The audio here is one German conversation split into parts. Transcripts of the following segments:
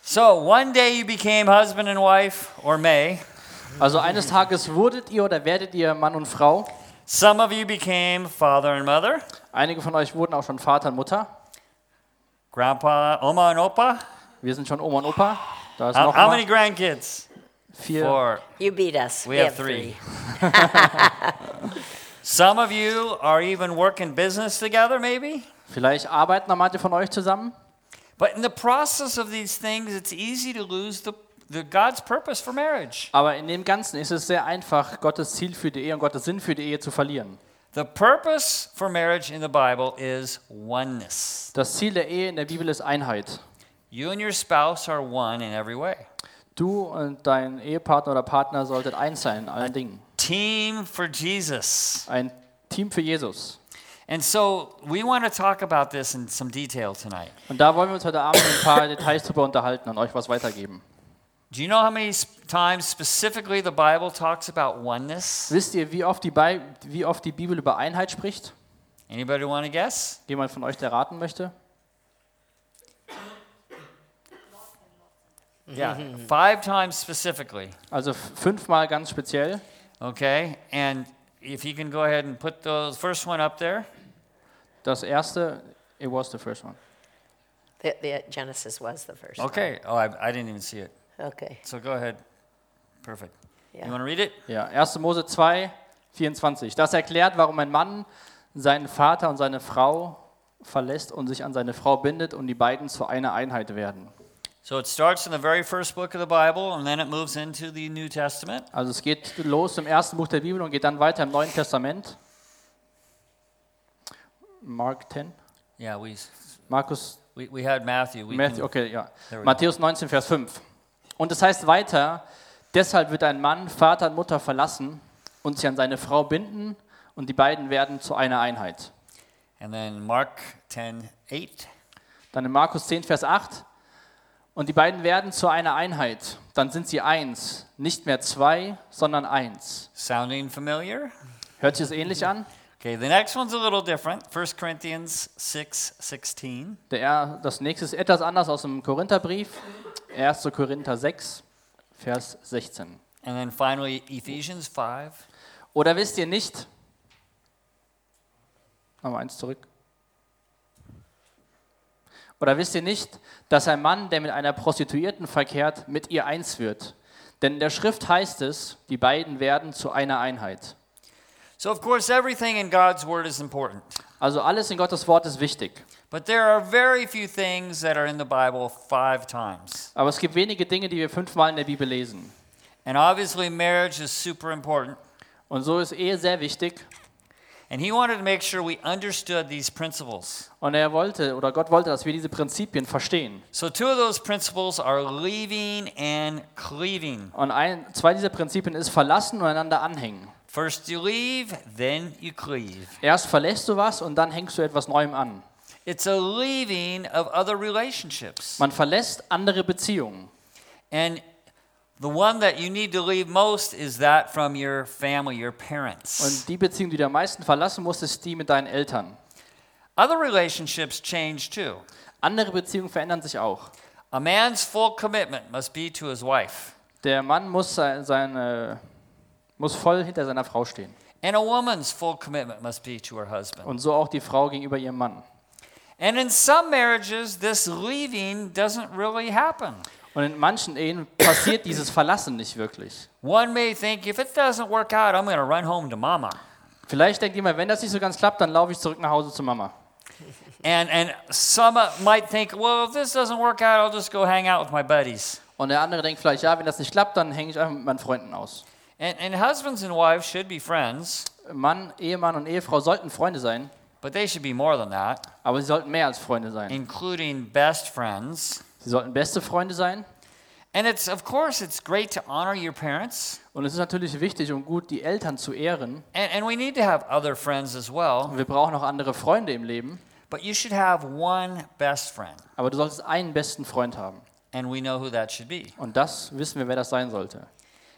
So one day you became husband and wife, or may. Also eines Tages wurdet ihr oder werdet ihr Mann und Frau. Some of you became father and mother, Einige von euch wurden auch schon Vater und Mutter. grandpa, oma, and opa. Wir sind schon Oma und Opa. Da ist How, noch how mal many grandkids? vier. Four. You beat us. We have three. Some of you are even working business together, maybe. Vielleicht arbeiten noch manche von euch zusammen. But in the process of these things, it's easy to lose the, the God's purpose for marriage. Aber in dem Ganzen ist es sehr einfach, Gottes Ziel für die Ehe und Gottes Sinn für die Ehe zu verlieren. The purpose for marriage in the Bible is oneness. Das Ziel der Ehe in der Bibel ist Einheit. You and your spouse are one in every way. Du und dein Ehepartner oder Partner solltet eins sein in allen Dingen. Team for Jesus. Ein Team für Jesus. And so we want to talk about this in some detail tonight. Und da wollen wir uns heute Abend ein paar Details drüber unterhalten und euch was weitergeben. Do you know how many sp- times specifically the Bible talks about oneness? Wisst ihr, wie oft die, Bi wie oft die Bibel über Einheit spricht? Anybody want to guess? Jemand von euch, der raten möchte? Yeah, five times specifically. Also f- fünfmal ganz speziell. Okay, and if you can go ahead and put the first one up there. Das erste, it was the first one. The, the Genesis was the first. Okay. Oh, I, I didn't even see it. Okay. So go ahead. Perfect. Yeah. You want to read it? Ja, 1. Mose 2, 24. Das erklärt, warum ein Mann seinen Vater und seine Frau verlässt und sich an seine Frau bindet und die beiden zu einer Einheit werden. So it starts in the very first book of the Bible, and then it moves into the New Testament. Also es geht los im ersten Buch der Bibel und geht dann weiter im Neuen Testament. Mark 10. Yeah, we s- Markus we, we had Matthew. We Matthew, can- okay, ja. There we go. Matthäus 19, Vers 5. Und es heißt weiter, deshalb wird ein Mann Vater und Mutter verlassen und sich an seine Frau binden und die beiden werden zu einer Einheit. And then Mark 10, 8. Dann in Markus 10, Vers 8. Und die beiden werden zu einer Einheit. Dann sind sie eins. Nicht mehr zwei, sondern eins. Sounding familiar? Hört sich das ähnlich an? Okay, the next one's a little different. 1 Corinthians 6, 16. Der, er- das nächste ist etwas anders aus dem Korintherbrief. 1. Korinther 6, Vers 16. And then finally, Ephesians 5. Oder wisst ihr nicht? Nochmal eins zurück. Oder wisst ihr nicht, dass ein Mann, der mit einer Prostituierten verkehrt, mit ihr eins wird? Denn in der Schrift heißt es, die beiden werden zu einer Einheit. So, of course, everything in God's Word is important. Also alles in Gottes Wort ist wichtig. But there are very few things that are in the Bible five times. Aber es gibt wenige Dinge, die wir fünfmal in der Bibel lesen. And obviously, marriage is super important. Und so ist Ehe sehr wichtig. And he wanted to make sure we understood these principles. Und er wollte, oder Gott wollte, dass wir diese Prinzipien verstehen. So, two of those principles are leaving and cleaving. Und ein, zwei dieser Prinzipien ist verlassen und einander anhängen. First you leave, then you cleave. Erst verlässt du was und dann hängst du etwas Neuem an. It's a leaving of other relationships. Man verlässt andere Beziehungen. And the one that you need to leave most is that from your family, your parents. Und die Beziehung, die du am meisten verlassen musst, ist die mit deinen Eltern. Other relationships change too. Andere Beziehungen verändern sich auch. A man's full commitment must be to his wife, Der Mann muss, se- seine, muss voll hinter seiner Frau stehen. and a woman's full commitment must be to her husband. Und so auch die Frau gegenüber ihrem Mann. And in some marriages, this leaving doesn't really happen. Und in manchen Ehen passiert dieses Verlassen nicht wirklich. One may think, if it doesn't work out, I'm going to run home to mama. Vielleicht denkt jemand, wenn das nicht so ganz klappt, dann laufe ich zurück nach Hause zu Mama. And, and some uh, might think, well, if this doesn't work out, I'll just go hang out with my buddies. Und der andere denkt vielleicht, ja, wenn das nicht klappt, dann hänge ich einfach mit meinen Freunden aus. And, and husbands and wives should be friends, Mann, Ehemann und Ehefrau sollten Freunde sein, but they should be more than that, aber sie sollten mehr als Freunde sein. including best friends. Sie sollten beste Freunde sein. And it's, of course, it's great to honor your parents, Und es ist natürlich wichtig und gut, die Eltern zu ehren. and, and we need to have other friends as well, Und wir brauchen auch andere Freunde im Leben. but you should have one best friend, Aber du solltest einen besten Freund haben. and we know who that should be. Und das wissen wir, wer das sein sollte.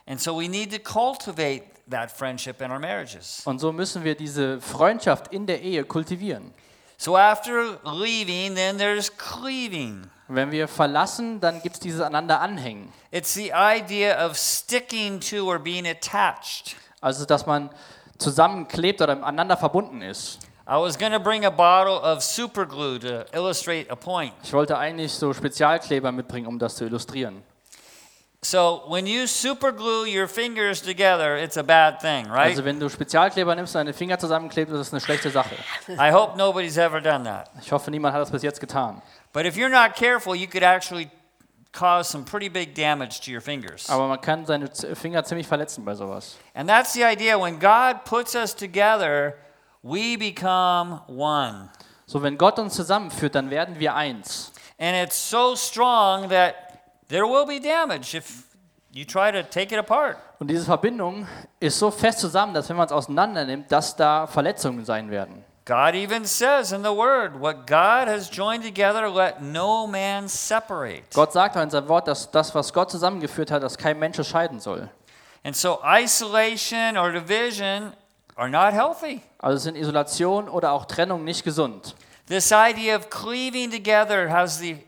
And so we need to cultivate that friendship in our marriages. Und so müssen wir diese Freundschaft in der Ehe kultivieren. So after leaving, then there's cleaving. Wenn wir verlassen, dann gibt es dieses einander anhängen. It's the idea of sticking to or being attached. Also, dass man zusammenklebt oder miteinander verbunden ist. I was going to bring a bottle of super glue to illustrate a point. Ich wollte eigentlich so Spezialkleber mitbringen, um das zu illustrieren. So when you super glue your fingers together, it's a bad thing, right? Also, wenn du Spezialkleber nimmst und deine Finger zusammenklebst, ist das eine schlechte Sache. I hope nobody's ever done that. Ich hoffe, niemand hat das bis jetzt getan. But if you're not careful, you could actually cause some pretty big damage to your fingers. Aber man kann seine Z- Finger ziemlich verletzen bei sowas. And that's the idea. When God puts us together, we become one. So, wenn Gott uns zusammenführt, dann werden wir eins. And it's so strong that there will be damage if you try to take it apart. Und diese Verbindung ist so fest zusammen, dass wenn man es auseinander nimmt, dass da Verletzungen sein werden. God even says in the Word, what God has joined together, let no man separate. Gott sagt auch in seinem Wort, dass das, was Gott zusammengeführt hat, dass kein Mensch es scheiden soll. And so isolation or division are not healthy. Also sind Isolation oder auch Trennung nicht gesund. This idea of cleaving together has the,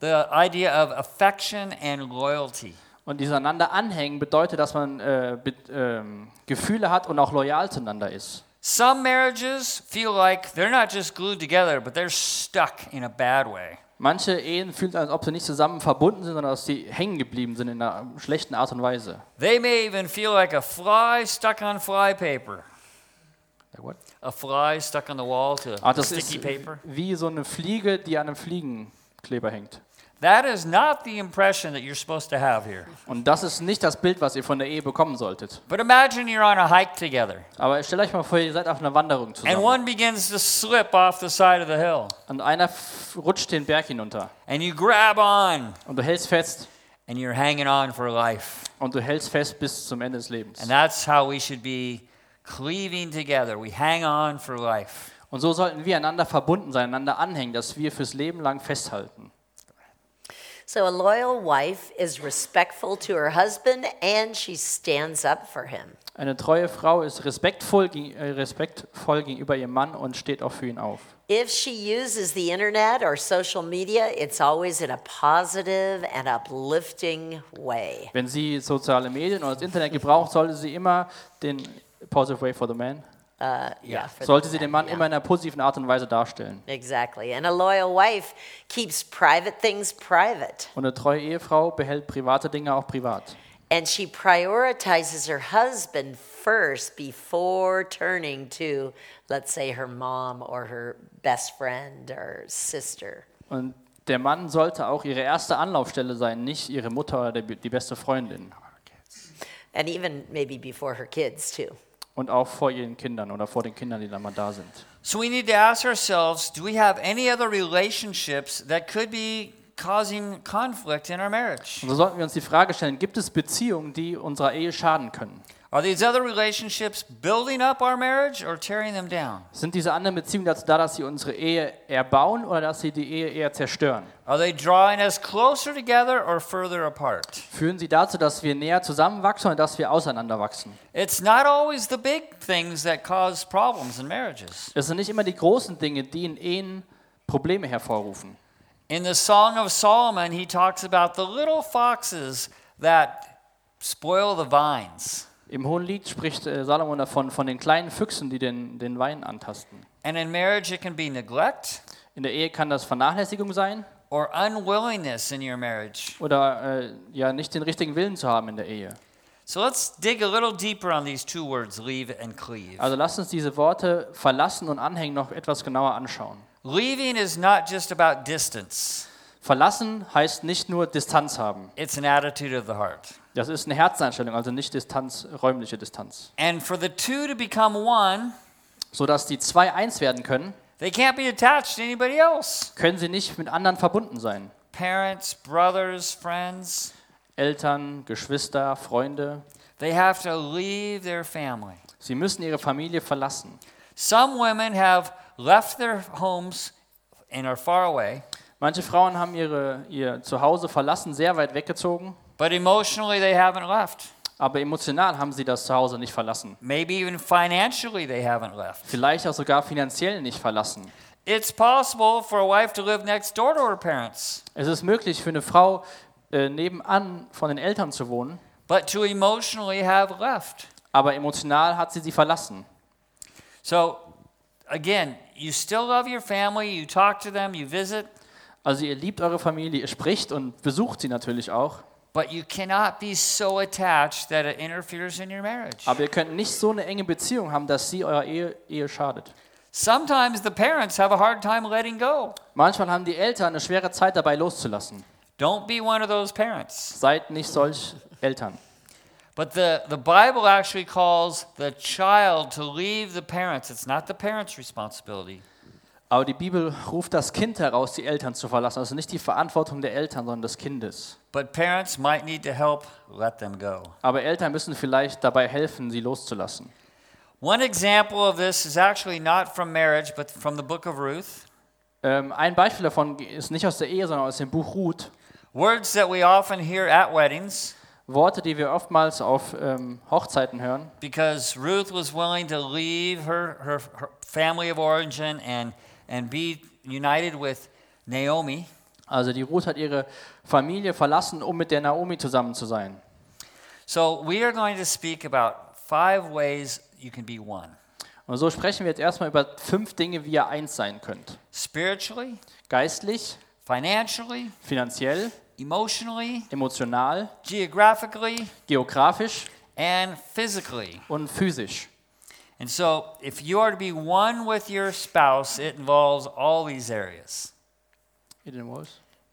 the idea of affection and loyalty. Und dieses einander anhängen bedeutet, dass man äh, be ähm, Gefühle hat und auch loyal zueinander ist. Some marriages feel like they're not just glued together, but they're stuck in a bad way. Manche Ehen fühlen sich, als ob sie nicht zusammen verbunden sind, sondern dass sie hängen geblieben sind in einer schlechten Art und Weise. They may even feel like a fly stuck on fly paper. A fly stuck on the wall to Ah, the das sticky ist paper. wie so eine Fliege, die an einem Fliegenkleber hängt. That is not the impression that you're supposed to have here. Und das ist nicht das Bild, was ihr von der Ehe bekommen solltet. But imagine you're on a hike together Aber stellt euch mal vor, ihr seid auf einer Wanderung and zusammen. one begins to slip off the side of the hill Und einer f- rutscht den Berg hinunter. and you grab on Und du hältst fest. and you're hanging on for life. Und du hältst fest bis zum Ende des Lebens. And that's how we should be cleaving together. We hang on for life. Und so sollten wir einander verbunden sein, einander anhängen, dass wir fürs Leben lang festhalten. So a loyal wife is respectful to her husband and she stands up for him. Eine treue Frau ist respektvoll, gegen- äh, respektvoll gegenüber ihrem Mann und steht auch für ihn auf. If she uses the internet or social media, it's always in a positive and uplifting way. Wenn sie soziale Medien oder das Internet gebraucht, sollte sie immer den Positive Way for the Man, Uh, yeah. for sollte the sie den men, Mann yeah. immer in einer positiven Art und Weise darstellen. Exactly. And a loyal wife keeps private things private. Und eine treue Ehefrau behält private Dinge auch privat. And she prioritizes her husband first before turning to, let's say, her mom or her best friend or sister. Und der Mann sollte auch ihre erste Anlaufstelle sein, nicht ihre Mutter oder die die beste Freundin. And even maybe before her kids, too. Und auch vor ihren Kindern oder vor den Kindern, die dann mal da sind. So we need to ask ourselves do we have any other relationships that could be causing conflict in our marriage? Und so sollten wir uns die Frage stellen, gibt es Beziehungen, die unserer Ehe schaden können? Are these other relationships building up our marriage or tearing them down? Sind diese anderen Beziehungen dazu da, dass sie unsere Ehe erbauen oder dass sie die Ehe eher zerstören? Are they drawing us closer together or further apart? Führen sie dazu, dass wir näher zusammenwachsen oder dass wir auseinanderwachsen? It's not always the big things that cause problems in marriages. Es sind nicht immer die großen Dinge, die in Ehen Probleme hervorrufen. In the Song of Solomon, he talks about the little foxes that spoil the vines. Im Hohen Lied spricht äh, Salomon davon, von den kleinen Füchsen, die den, den Wein antasten. And in marriage, it can be neglect In der Ehe kann das Vernachlässigung sein or unwillingness in your marriage. oder äh, ja nicht den richtigen Willen zu haben in der Ehe. So let's dig a little deeper on these two words, leave and cleave. Also lasst uns diese Worte verlassen und anhängen noch etwas genauer anschauen. Leaving is not just about distance, Verlassen heißt nicht nur Distanz haben. it's an attitude of the heart. Das ist eine Herzeinstellung, also nicht Distanz, räumliche Distanz. And for the two to become one, Sodass die zwei eins werden können, they can't be attached to anybody else. können sie nicht mit anderen verbunden sein. Parents, brothers, friends, Eltern, Geschwister, Freunde. they have to leave their family. Sie müssen ihre Familie verlassen. Some women have left their homes and are far away, Manche Frauen haben ihre, ihr Zuhause verlassen, sehr weit weggezogen, but emotionally they haven't left. aber emotional haben sie das Zuhause nicht verlassen. Maybe even financially they haven't left. Vielleicht auch sogar finanziell nicht verlassen. It's possible for a wife to live next door to her parents, Es ist möglich für eine Frau äh, nebenan von den Eltern zu wohnen, but to emotionally have left. aber emotional hat sie sie verlassen. So, again, you still love your family, you talk to them, you visit, Also ihr liebt eure Familie, ihr spricht und besucht sie natürlich auch, but you cannot be so attached that it interferes in your marriage. aber ihr könnt nicht so eine enge Beziehung haben, dass sie eurer Ehe, Ehe schadet. Sometimes the parents have a hard time letting go. Manchmal haben die Eltern eine schwere Zeit dabei loszulassen. Don't be one of those parents. Seid nicht solch Eltern. But the, the Bible actually calls the child to leave the parents. It's not the parents' responsibility. Aber die Bibel ruft das Kind heraus, die Eltern zu verlassen. Also nicht die Verantwortung der Eltern, sondern des Kindes. But parents might need to help let them go. Aber Eltern müssen vielleicht dabei helfen, sie loszulassen. One example of this is actually not from marriage, but from the book of Ruth. Ähm, ein Beispiel davon ist nicht aus der Ehe, sondern aus dem Buch Ruth. Words that we often hear at weddings Worte, die wir oftmals auf ähm, Hochzeiten hören, because Ruth was willing to leave her, her, her family of origin and, and be united with Naomi. Also die Ruth hat ihre Familie verlassen, um mit der Naomi zusammen zu sein. So we are going to speak about five ways you can be one Und so sprechen wir jetzt erstmal über fünf Dinge, wie ihr eins sein könnt. spiritually, Geistlich, financially, finanziell, emotionally, emotional, geographically, geografisch and physically. und physisch. And so, if you are to be one with your spouse, it involves all these areas. It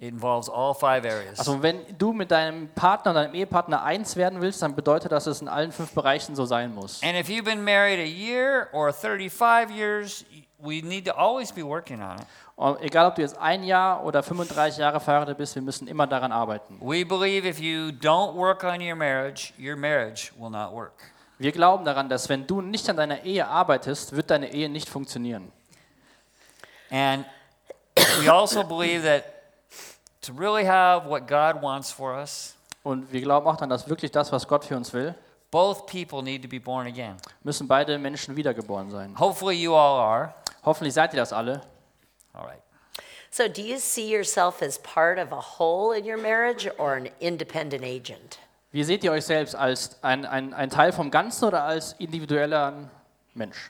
involves all five areas. Also wenn du mit deinem Partner, deinem Ehepartner eins werden willst, dann bedeutet das, dass es in allen fünf Bereichen so sein muss. and if you've been married a year or 35 years, we need to always be working on it. Und egal, ob du jetzt ein Jahr oder 35 Jahre verheiratet bist, wir müssen immer daran arbeiten. We believe if you don't work on your marriage, your marriage will not work. Wir glauben daran, dass wenn du nicht an deiner Ehe arbeitest, wird deine Ehe nicht funktionieren. And we also believe that to really have what God wants for us, Und wir glauben auch daran, dass wirklich das, was Gott für uns will, both people need to be born again. müssen beide Menschen wiedergeboren sein. Hopefully, you all are. Hoffentlich seid ihr das alle. All right. So, do you see yourself as part of a whole in your marriage or an independent agent? Wie seht ihr euch selbst? Als ein, ein, ein Teil vom Ganzen oder als individueller Mensch?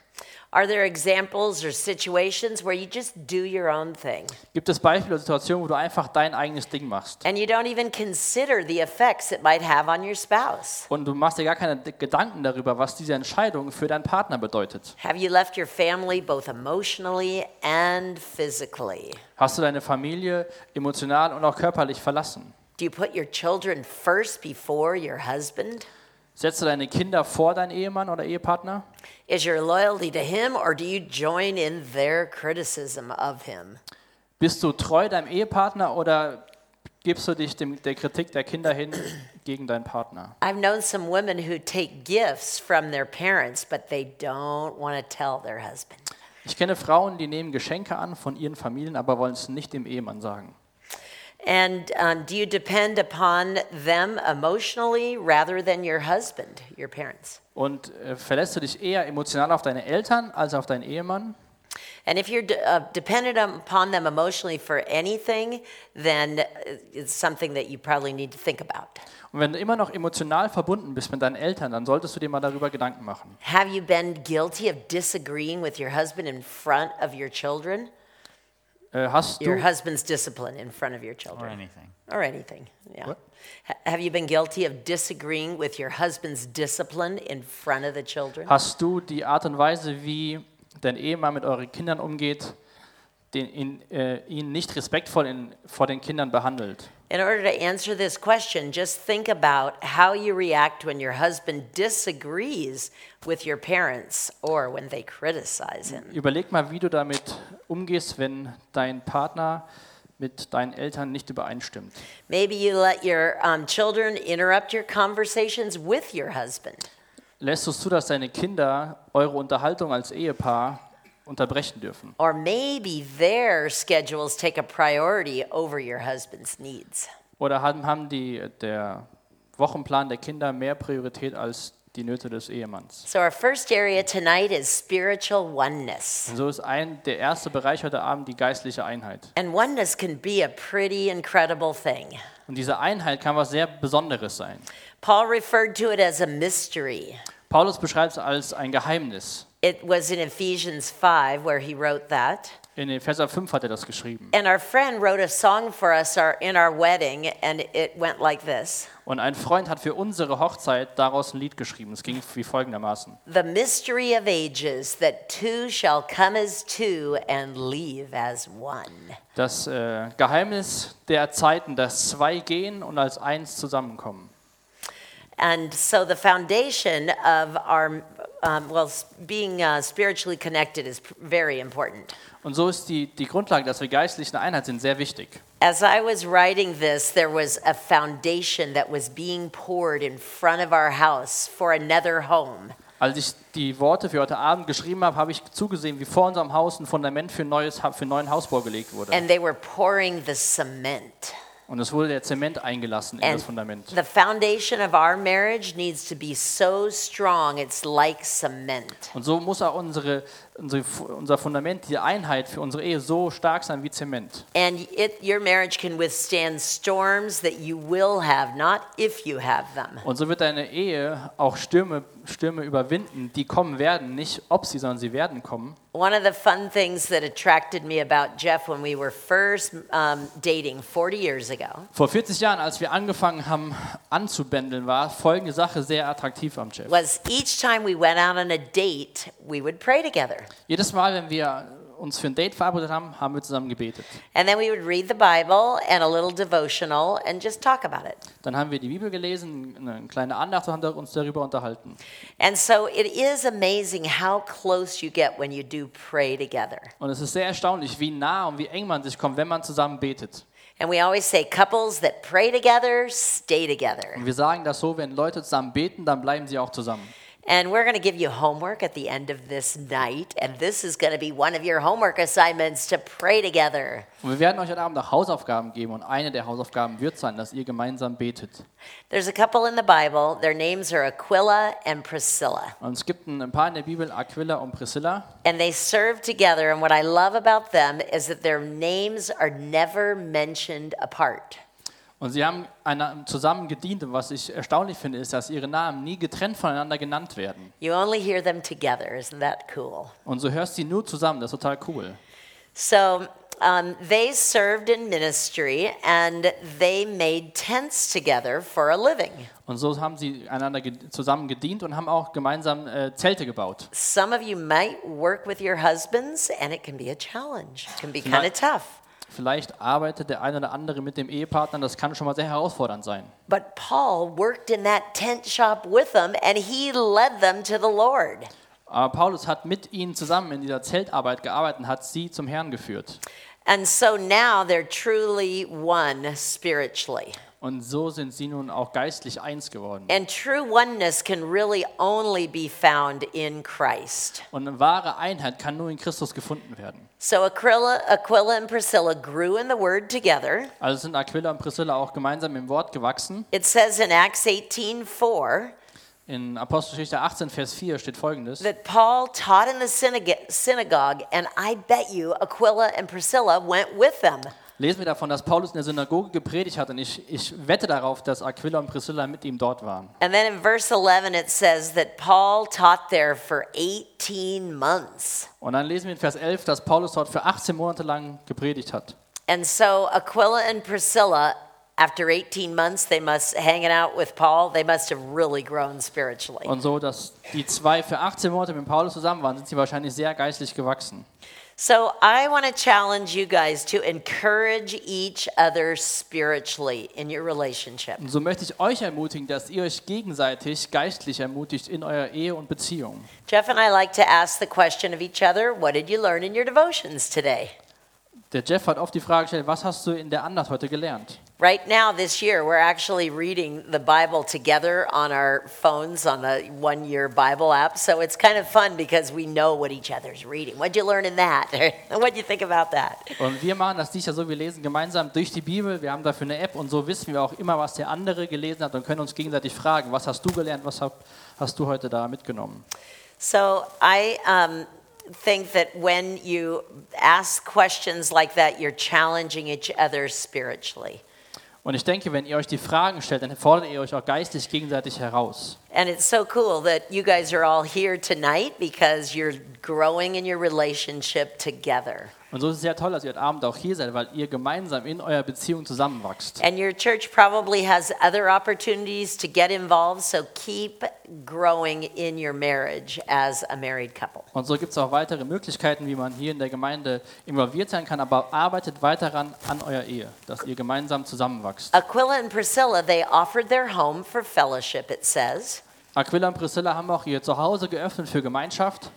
Are there examples or situations where you just do your own thing Gibt es Beispiele oder Situationen, wo du einfach dein eigenes Ding machst? and you don't even consider the effects it might have on your spouse? Und du machst dir gar keine D- Gedanken darüber, was diese Entscheidung für deinen Partner bedeutet. Have you left your family both emotionally and physically? Hast du deine Familie emotional und auch körperlich verlassen? Do you put your children first before your husband? Setzt du deine Kinder vor deinen Ehemann oder Ehepartner? Is your loyalty to him or do you join in their criticism of him? Bist du treu deinem Ehepartner oder gibst du dich dem, der Kritik der Kinder hin gegen deinen Partner? I've known some women who take gifts from their parents, but they don't want to tell their husband. Ich kenne Frauen, die nehmen Geschenke an von ihren Familien, aber wollen es nicht dem Ehemann sagen. And um, do you depend upon them emotionally rather than your husband, your parents? Und äh, verlässt du dich eher emotional auf deine Eltern als auf deinen Ehemann? And if you're de- uh, dependent upon them emotionally for anything, then uh, it's something that you probably need to think about. Und wenn du immer noch emotional verbunden bist mit deinen Eltern, dann solltest du dir mal darüber Gedanken machen. Have you been guilty of disagreeing with your husband in front of your children? Äh, hast Your du husband's discipline in front of your Or children? anything. Or anything, yeah. What? Ha- Have you been guilty of disagreeing with your husband's discipline in front of the children? Hast du die Art und Weise, wie dein Ehemann mit euren Kindern umgeht, den, ihn, äh, ihn nicht respektvoll in, vor den Kindern behandelt? In order to answer this question, just think about how you react when your husband disagrees with your parents or when they criticize him. Überleg mal, wie du damit umgehst, wenn dein Partner mit deinen Eltern nicht übereinstimmt. Maybe you let your um, children interrupt your conversations with your husband. Lässt du es zu, dass deine Kinder eure Unterhaltung als Ehepaar unterbrechen dürfen? Or maybe their schedules take a priority over your husband's needs. Oder haben, haben die, der Wochenplan der Kinder mehr Priorität als die Nöte des Ehemanns. So, our first area tonight is spiritual oneness. Und so ist ein, der erste Bereich heute Abend die geistliche Einheit. And oneness can be a pretty incredible thing. Und diese Einheit kann was sehr Besonderes sein. Paul referred to it as a mystery. Paulus beschreibt es als ein Geheimnis. It was in Ephesians 5 where he wrote that. In Epheser 5 hat er das geschrieben. And our friend wrote a song for us our, in our wedding, and it went like this Und ein Freund hat für unsere Hochzeit daraus ein Lied geschrieben. Es ging wie folgendermaßen. The mystery of ages, that two shall come as two and leave as one. Das äh, Geheimnis der Zeiten, dass zwei gehen und als eins zusammenkommen. And so the foundation of our, um, well, s- being uh, spiritually connected is pr- very important. Und so ist die, die Grundlage, dass wir geistlich eine Einheit sind, sehr wichtig. As I was writing this, there was a foundation that was being poured in front of our house for another home. Als ich die Worte für heute Abend geschrieben habe, habe ich zugesehen, wie vor unserem Haus ein Fundament für, ein neues, Ha- für einen neuen Hausbau gelegt wurde. And they were pouring the cement. Und es wurde der Zement eingelassen in And das Fundament. the foundation of our marriage needs to be so strong, it's like cement. Und so muss auch unsere, unsere, unser Fundament, die Einheit für unsere Ehe so stark sein wie Zement. And it, your marriage can withstand storms that you will have, not if you have them. Und so wird deine Ehe auch Stürme, Stürme überwinden, die kommen werden. Nicht ob sie, sondern sie werden kommen. One of the fun things that attracted me about Jeff when we were first um, dating 40 years ago Vor 40 Jahren, als wir angefangen haben anzubändeln, war folgende Sache sehr attraktiv am Jeff. was each time we went out on a date, we would pray together. Jedes Mal, wenn wir uns für ein Date verabredet haben, haben wir zusammen gebetet. And then we would read the Bible and a little devotional and just talk about it. Dann haben wir die Bibel gelesen, eine kleine Andacht und haben uns darüber unterhalten. And so it is amazing how close you get when you do pray together. Und es ist sehr erstaunlich, wie nah und wie eng man sich kommt, wenn man zusammen betet. And we always say couples that pray together stay together. Und wir sagen das so, wenn Leute zusammen beten, dann bleiben sie auch zusammen. And we're going to give you homework at the end of this night. And this is going to be one of your homework assignments to pray together. Und wir werden euch heute Abend auch Hausaufgaben geben. Und eine der Hausaufgaben wird sein, dass ihr gemeinsam betet. There's a couple in the Bible. Their names are Aquila and Priscilla. Und es gibt ein ein paar in der Bibel, Aquila und Priscilla. And they served together. And what I love about them is that their names are never mentioned apart. Und sie haben einander zusammen gedient. Und was ich erstaunlich finde, ist, dass ihre Namen nie getrennt voneinander genannt werden. You only hear them together. Isn't that cool? Und so hörst du sie nur zusammen. Das ist total cool. So um, they served in ministry and they made tents together for a living. Und so haben sie einander ge zusammen gedient und haben auch gemeinsam äh, Zelte gebaut. Some of you might work with your husbands and it can be a challenge, it can be Tonight- kind of tough. Vielleicht arbeitet der ein oder andere mit dem Ehepartner. Das kann schon mal sehr herausfordernd sein. But Paul worked in that tent shop with them and he led them to the Lord. Aber Paulus hat mit ihnen zusammen in dieser Zeltarbeit gearbeitet und hat sie zum Herrn geführt. And so now they're truly one spiritually. Und so sind sie nun auch geistlich eins geworden. And true oneness can really only be found in Christ. Und eine wahre Einheit kann nur in Christus gefunden werden. So Aquila, Aquila and Priscilla grew in the word together. Also sind Aquila und Priscilla auch gemeinsam im Wort gewachsen. It says in Acts 18:4 In Apostelgeschichte 18, Vers 4 steht folgendes. that Paul taught in the synago- synagogue, and I bet you Aquila and Priscilla went with them. Lesen wir davon, dass Paulus in der Synagoge gepredigt hat. Und ich, ich wette darauf, dass Aquila und Priscilla mit ihm dort waren. And then in verse 11 it says that Paul taught there for 18 months. Und dann lesen wir in Vers 11, dass Paulus dort für 18 Monate lang gepredigt hat. And so Aquila and Priscilla after 18 months they must hanging out with Paul, they must have really grown spiritually. Und so, dass die zwei für 18 Monate mit Paulus zusammen waren, sind sie wahrscheinlich sehr geistlich gewachsen. So I want to challenge you guys to encourage each other spiritually in your relationship. Und so möchte ich euch ermutigen, dass ihr euch gegenseitig geistlich ermutigt in eurer Ehe und Beziehung. Jeff and I like to ask the question of each other what did you learn in your devotions today? Der Jeff hat oft die Frage gestellt, was hast du in der Andacht heute gelernt? Right now, this year, we're actually reading the Bible together on our phones on the one year Bible app. So it's kind of fun because we know what each other's reading. What'd you learn in that? What'd you think about that? Und wir machen das dies Jahr so, wir lesen gemeinsam durch die Bibel, wir haben dafür eine App und so wissen wir auch immer, was der andere gelesen hat und können uns gegenseitig fragen, was hast du gelernt, was hab, hast du heute da mitgenommen. So I um, think that when you ask questions like that, you're challenging each other spiritually. Und ich denke, wenn ihr euch die Fragen stellt, dann fordert ihr euch auch geistig gegenseitig heraus. And it's so cool that you guys are all here tonight because you're growing in your relationship together. Und so ist es sehr toll, dass ihr heute Abend auch hier seid, weil ihr gemeinsam in eurer Beziehung zusammenwachst. And your church probably has other opportunities to get involved, so keep growing in your marriage as a married couple. Und so gibt es auch weitere Möglichkeiten, wie man hier in der Gemeinde involviert sein kann, aber arbeitet weiter daran an eurer Ehe, dass ihr gemeinsam zusammenwachst. Aquila and Priscilla, they offered their home for fellowship, it says. Aquila und Priscilla haben auch ihr Zuhause geöffnet für Gemeinschaft.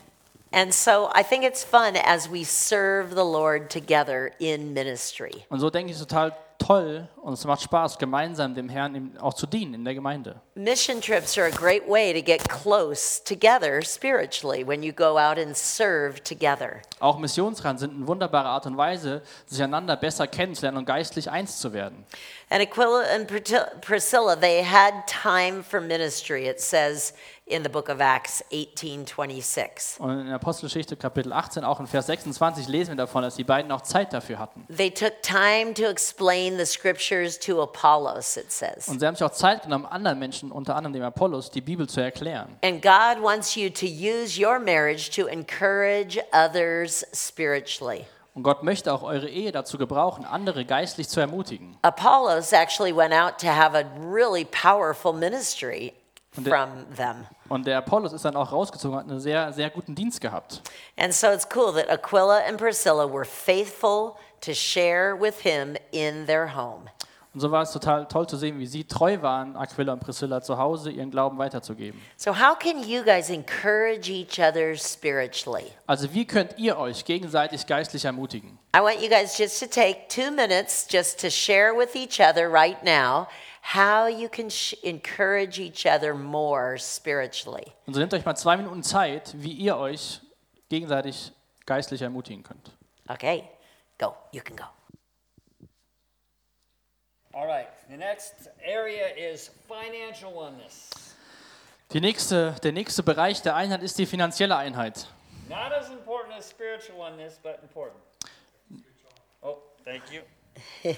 And so I think it's fun as we serve the Lord together in ministry. Und so denke ich, es ist total toll und es macht Spaß, gemeinsam dem Herrn im- auch zu dienen in der Gemeinde. Mission trips are a great way to get close together spiritually when you go out and serve together. Auch Missionsreisen sind eine wunderbare Art und Weise, sich einander besser kennenzulernen und geistlich eins zu werden. And Aquila and Pris- Priscilla, they had time for ministry. It says in the book of Acts 18:26. Und in Apostelgeschichte Kapitel 18, auch in Vers 26, lesen wir davon, dass die beiden auch Zeit dafür hatten. They took time to explain the scriptures to Apollos, it says. Und sie haben sich auch Zeit genommen, anderen Menschen, unter anderem dem Apollos, die Bibel zu erklären. And God wants you to use your marriage to encourage others spiritually. Und Gott möchte auch eure Ehe dazu gebrauchen, andere geistlich zu ermutigen. Apollos actually went out to have a really powerful ministry the- from them. Und der Apollos ist dann auch rausgezogen, hat einen sehr, sehr guten Dienst gehabt. And so it's cool that Aquila and Priscilla were faithful to share with him in their home. Und so war es total toll zu sehen, wie sie treu waren, Aquila und Priscilla zu Hause ihren Glauben weiterzugeben. So, how can you guys encourage each other spiritually? Also wie könnt ihr euch gegenseitig geistlich ermutigen? I want you guys just to take two minutes just to share with each other right now how you can sh- encourage each other more spiritually. Und so nehmt euch mal zwei Minuten Zeit, wie ihr euch gegenseitig geistlich ermutigen könnt. Okay, go. You can go. All right, the next area is financial oneness. Die nächste, der nächste Bereich der Einheit ist die finanzielle Einheit. Not as important as spiritual oneness, but important. Oh, thank you.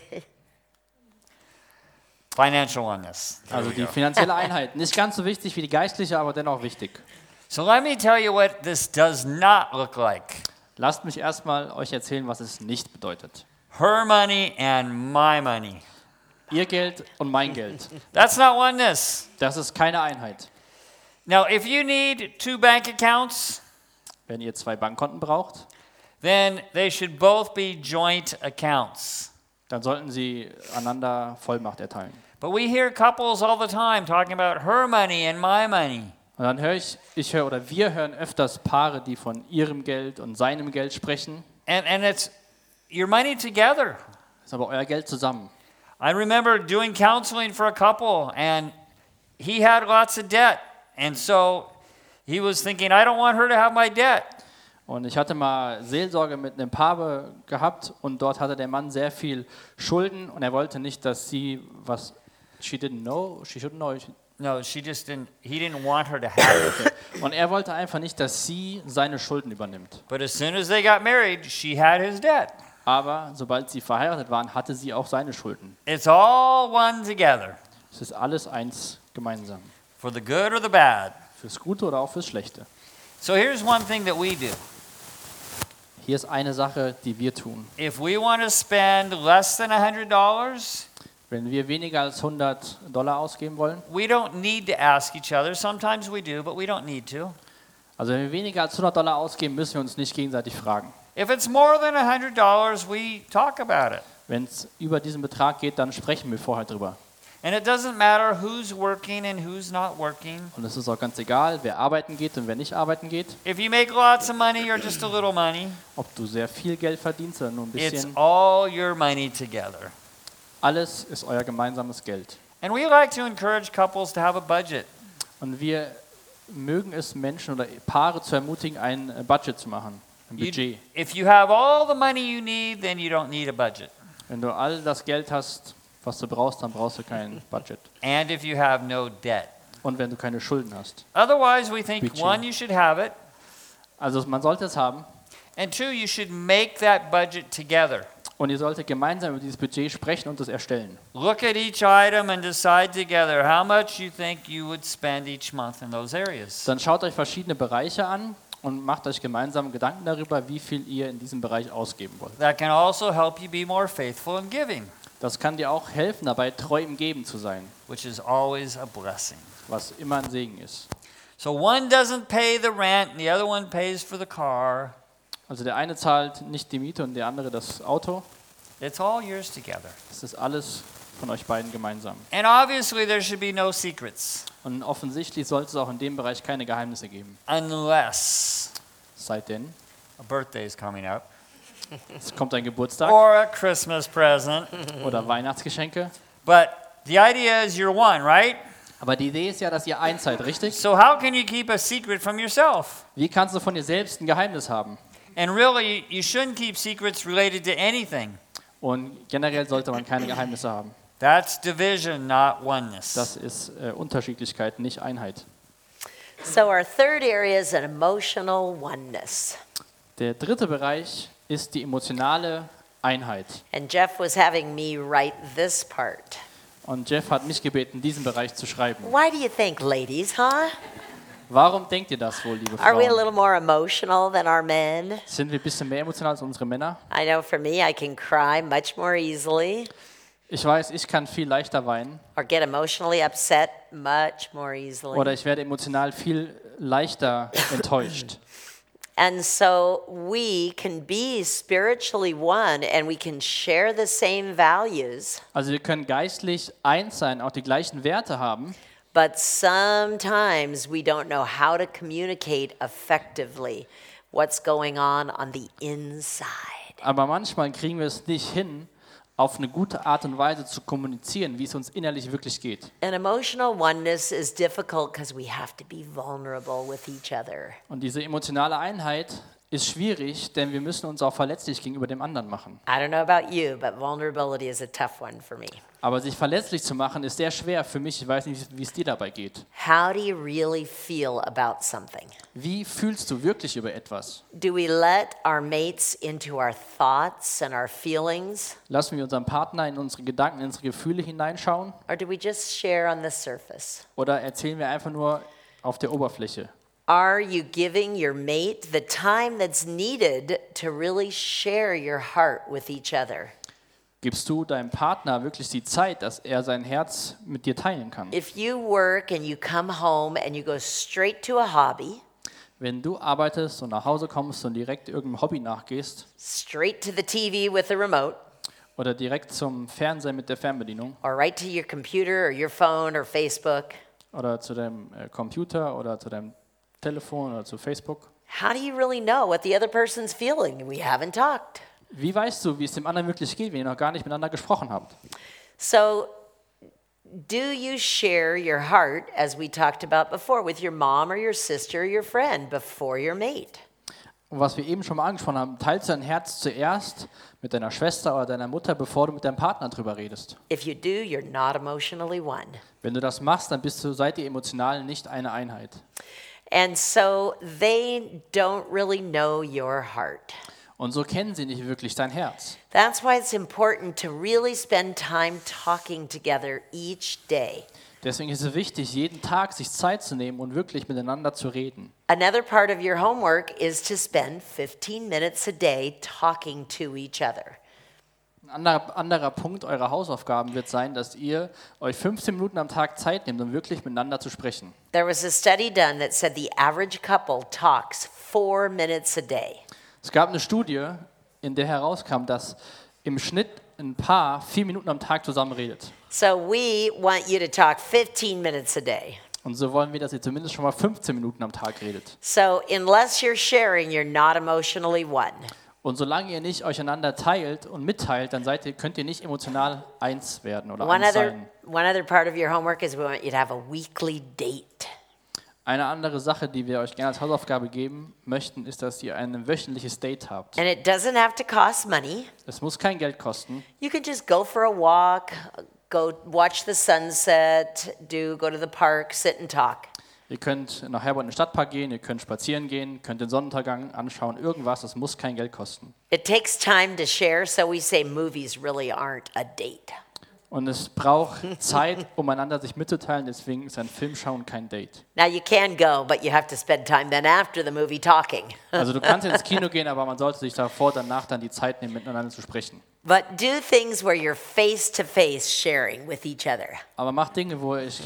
Financial oneness. Also die finanzielle Einheit. Nicht ganz so wichtig wie die geistliche, aber dennoch wichtig. So let me tell you what this does not look like. Lasst mich erstmal euch erzählen, was es nicht bedeutet. Her money and my money. Ihr Geld und mein Geld. That's not oneness. Das ist keine Einheit. Now, if you need two bank accounts, Wenn ihr zwei Bankkonten braucht, then they should both be joint accounts. dann sollten sie einander Vollmacht erteilen. But we hear couples all the time talking about her money and my money. Und dann höre ich, ich höre oder wir hören öfters Paare, die von ihrem Geld und seinem Geld sprechen, And, and it's your money together. ist aber euer Geld zusammen. I remember doing counseling for a couple, and he had lots of debt. And so he was thinking, I don't want her to have my debt. Und ich hatte mal Seelsorge mit einem Paar be- gehabt und dort hatte der Mann sehr viel Schulden und er wollte nicht, dass sie was she didn't know, she shouldn't know. No, she just didn't, he didn't want her to have it. Und er wollte einfach nicht, dass sie seine Schulden übernimmt. But as soon as they got married, she had his debt. Aber sobald sie verheiratet waren, hatte sie auch seine Schulden. It's all one together Es ist alles eins gemeinsam, for the good or the bad. fürs Gute oder auch fürs Schlechte. So here's one thing that we do Hier ist eine Sache, die wir tun. if we want to spend less than $100, Wenn wir weniger als 100 Dollar ausgeben wollen, we don't need to ask each other. Sometimes we do, but we don't need to. also wenn wir weniger als 100 Dollar ausgeben, müssen wir uns nicht gegenseitig fragen. If it's more than $100, we talk about it. Wenn es über diesen Betrag geht, dann sprechen wir vorher drüber. And it doesn't matter who's working and who's not working. Und es ist auch ganz egal, wer arbeiten geht und wer nicht arbeiten geht, If you make lots of money or just a little money, ob du sehr viel Geld verdienst oder nur ein it's bisschen. all your money together. Alles ist euer gemeinsames Geld. And we like to encourage couples to have a budget. Und wir mögen es, Menschen oder Paare zu ermutigen, ein äh, Budget zu machen, ein You- Budget. if you have all the money you need, then you don't need a budget. Wenn du all das Geld hast, was du brauchst, dann brauchst du kein Budget. And if you have no debt. Und wenn du keine Schulden hast. Otherwise, we think Budget. one, you should have it, Also man sollte es haben and two, you should make that budget together. und ihr solltet gemeinsam über dieses Budget sprechen und es erstellen. Look at each item and decide together how much you think you would spend each month in those areas. Dann schaut euch verschiedene Bereiche an und macht euch gemeinsam Gedanken darüber, wie viel ihr in diesem Bereich ausgeben wollt. That can also help you be more faithful in giving, Das kann dir auch helfen, dabei treu im Geben zu sein, which is always a blessing. was immer ein Segen ist. So one doesn't pay the rent, and the other one pays for the car. Also der eine zahlt nicht die Miete und der andere das Auto. It's all yours together. Das ist alles von euch beiden gemeinsam. And obviously, there should be no secrets Und offensichtlich sollte es auch in dem Bereich keine Geheimnisse geben. unless Sei denn, a birthday is coming up es kommt ein Geburtstag or a Christmas present. oder Weihnachtsgeschenke. But the idea is you're one, right? Aber die Idee ist ja, dass ihr eins seid, richtig? So, how can you keep a secret from yourself? Wie kannst du von dir selbst ein Geheimnis haben? And really, you shouldn't keep secrets related to anything. Und generell sollte man keine Geheimnisse haben. That's division, not oneness. Das ist äh, Unterschiedlichkeit, nicht Einheit. So our third area is an emotional oneness. Der dritte Bereich ist die emotionale Einheit. And Jeff was having me write this part. Und Jeff hat mich gebeten, diesen Bereich zu schreiben. Why do you think, ladies, huh? Warum denkt ihr das wohl, liebe Are we a Frauen? little more emotional than our men? Sind wir ein bisschen mehr emotional als unsere Männer? I know for me, I can cry much more easily Ich weiß, ich kann viel leichter weinen or get emotionally upset much more oder easily. ich werde emotional viel leichter enttäuscht. And so we can be spiritually one and we can share the same values, Also wir können geistlich eins sein, auch die gleichen Werte haben, but sometimes we don't know how to communicate effectively what's going on on the inside. aber manchmal kriegen wir es nicht hin, auf eine gute Art und Weise zu kommunizieren, wie es uns innerlich wirklich geht. An emotional oneness is difficult because we have to be vulnerable with each other. Und diese emotionale Einheit ist schwierig, denn wir müssen uns auch verletzlich gegenüber dem anderen machen. I don't know about you, but vulnerability is a tough one for me. Aber sich verletzlich zu machen ist sehr schwer für mich. Ich weiß nicht, wie es dir dabei geht. How do you really feel about something? Wie fühlst du wirklich über etwas? Do we let our mates into our thoughts and our feelings, Lassen wir unseren Partner in unsere Gedanken, in unsere Gefühle hineinschauen or do we just share on the surface? oder erzählen wir einfach nur auf der Oberfläche? Are you giving your mate the time that's needed to really share your heart with each other? Gibst du deinem Partner wirklich die Zeit, dass er sein Herz mit dir teilen kann? If you work and you come home and you go straight to a hobby, Wenn du arbeitest und nach Hause kommst und direkt irgendeinem Hobby nachgehst straight to the TV with the remote, oder direkt zum Fernseher mit der Fernbedienung or right to your computer or your phone or Facebook, oder zu deinem äh, Computer oder zu deinem Telefon oder zu Facebook, how do you really know what the other person's feeling? We haven't talked. wie weißt du, wie es dem anderen wirklich geht, wenn ihr noch gar nicht miteinander gesprochen habt? So, do you share your heart, as we talked about before, with your mom or your sister or your friend before your mate? Und was wir eben schon mal angesprochen haben, teilst dein Herz zuerst mit deiner Schwester oder deiner Mutter, bevor du mit deinem Partner drüber redest. If you do, you're not emotionally one. Wenn du das machst, dann bist du, seid ihr emotional nicht eine Einheit. And so they don't really know your heart. Und so kennen sie nicht wirklich dein Herz. That's why it's important to really spend time talking together each day. Deswegen ist es wichtig, jeden Tag sich Zeit zu nehmen und wirklich miteinander zu reden. Another part of your homework is to spend 15 minutes a day talking to each other. Ein anderer, anderer Punkt eurer Hausaufgaben wird sein, dass ihr euch 15 Minuten am Tag Zeit nehmt, um wirklich miteinander zu sprechen. There was a study done that said the average couple talks four minutes a day. Es gab eine Studie, in der herauskam, dass im Schnitt ein Paar vier Minuten am Tag zusammen redet. So we want you to talk 15 minutes a day. Und so wollen wir, dass ihr zumindest schon mal 15 Minuten am Tag redet. So unless you're sharing, you're not emotionally one. Und solange ihr nicht euch einander teilt und mitteilt, dann seid ihr, könnt ihr nicht emotional eins werden oder One eins other, sein. one other part of your homework is we want you to have a weekly date. Eine andere Sache, die wir euch gerne als Hausaufgabe geben möchten, ist, dass ihr ein wöchentliches Date habt. And it doesn't have to cost money. Es muss kein Geld kosten. You can just go for a walk, go watch the sunset, do go to the park, sit and talk. Ihr könnt nach Herborn in den Stadtpark gehen, ihr könnt spazieren gehen, könnt den Sonnenuntergang anschauen, irgendwas. Es muss kein Geld kosten. It takes time to share, so we say movies really aren't a date. Und es braucht Zeit, um einander sich mitzuteilen. Deswegen ist ein Filmschauen kein Date. Now you can go, but you have to spend time then after the movie talking. Also du kannst ins Kino gehen, aber man sollte sich davor, danach dann die Zeit nehmen, miteinander zu sprechen. But do things where you're face to face sharing with each other. Aber macht Dinge, wo ihr euch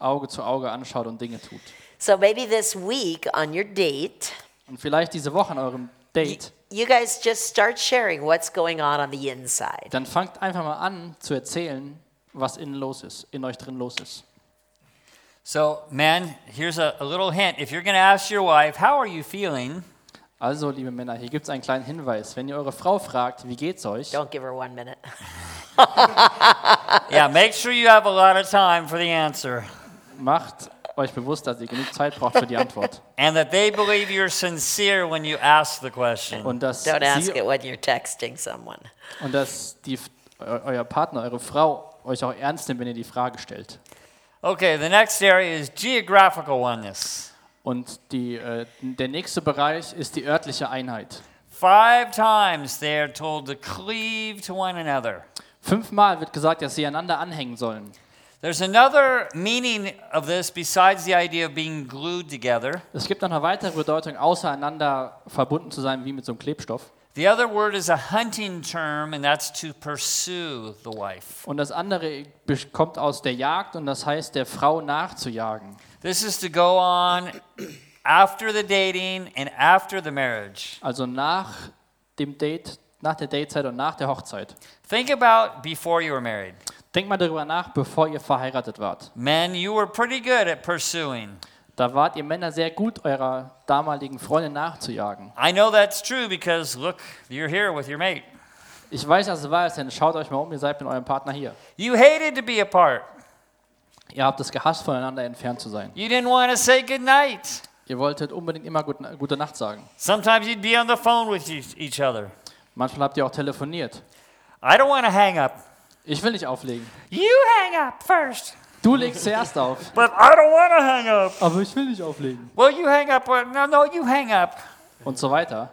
Auge zu Auge anschaut und Dinge tut. So maybe this week on your date, Und vielleicht diese Woche an eurem Date, you guys just start sharing what's going on on the inside. dann fangt einfach mal an zu erzählen, was innen los ist, in euch drin los ist. So, man, here's a, a little hint. If you're going to ask your wife, how are you feeling? Also, liebe Männer, hier gibt es einen kleinen Hinweis. Wenn ihr eure Frau fragt, wie geht's euch, Don't give her one minute. yeah, make sure you have a lot of time for the answer macht euch bewusst, dass ihr genug Zeit braucht für die Antwort. and that they believe you're sincere when you ask the question. Und dass, Don't ask sie, it when you're texting someone. und dass die, eu- euer Partner, eure Frau euch auch ernst nimmt, wenn ihr die Frage stellt. Okay, the next area is geographical oneness. Und die, äh, der nächste Bereich ist die örtliche Einheit. Five times they are told to cleave to one another. Fünfmal wird gesagt, dass sie einander anhängen sollen. There's another meaning of this besides the idea of being glued together. Es gibt noch eine weitere Bedeutung, außer einander verbunden zu sein, wie mit so einem Klebstoff. The other word is a hunting term, and that's to pursue the wife. Und das andere bes- kommt aus der Jagd und das heißt, der Frau nachzujagen. This is to go on after the dating and after the marriage. Also nach dem Date, nach der Datezeit und nach der Hochzeit. Think about before you were married. Denkt mal darüber nach, bevor ihr verheiratet wart. Men, you were pretty good at pursuing. Da wart ihr Männer sehr gut, eurer damaligen Freundin nachzujagen. I know that's true because look, you're here with your mate. Ich weiß, dass es wahr ist, denn schaut euch mal um, ihr seid mit eurem Partner hier. You hated to be apart. Ihr habt es gehasst, voneinander entfernt zu sein. You didn't want to say goodnight. Ihr wolltet unbedingt immer guten- gute Nacht sagen. Sometimes you'd be on the phone with each- each other. Manchmal habt ihr auch telefoniert. I don't want to hang up. Ich will nicht auflegen. You hang up first. Du legst zuerst auf. But I don't want to hang up. Aber ich will nicht auflegen. Well, you hang up. Well, No, no, you hang up. Und so weiter.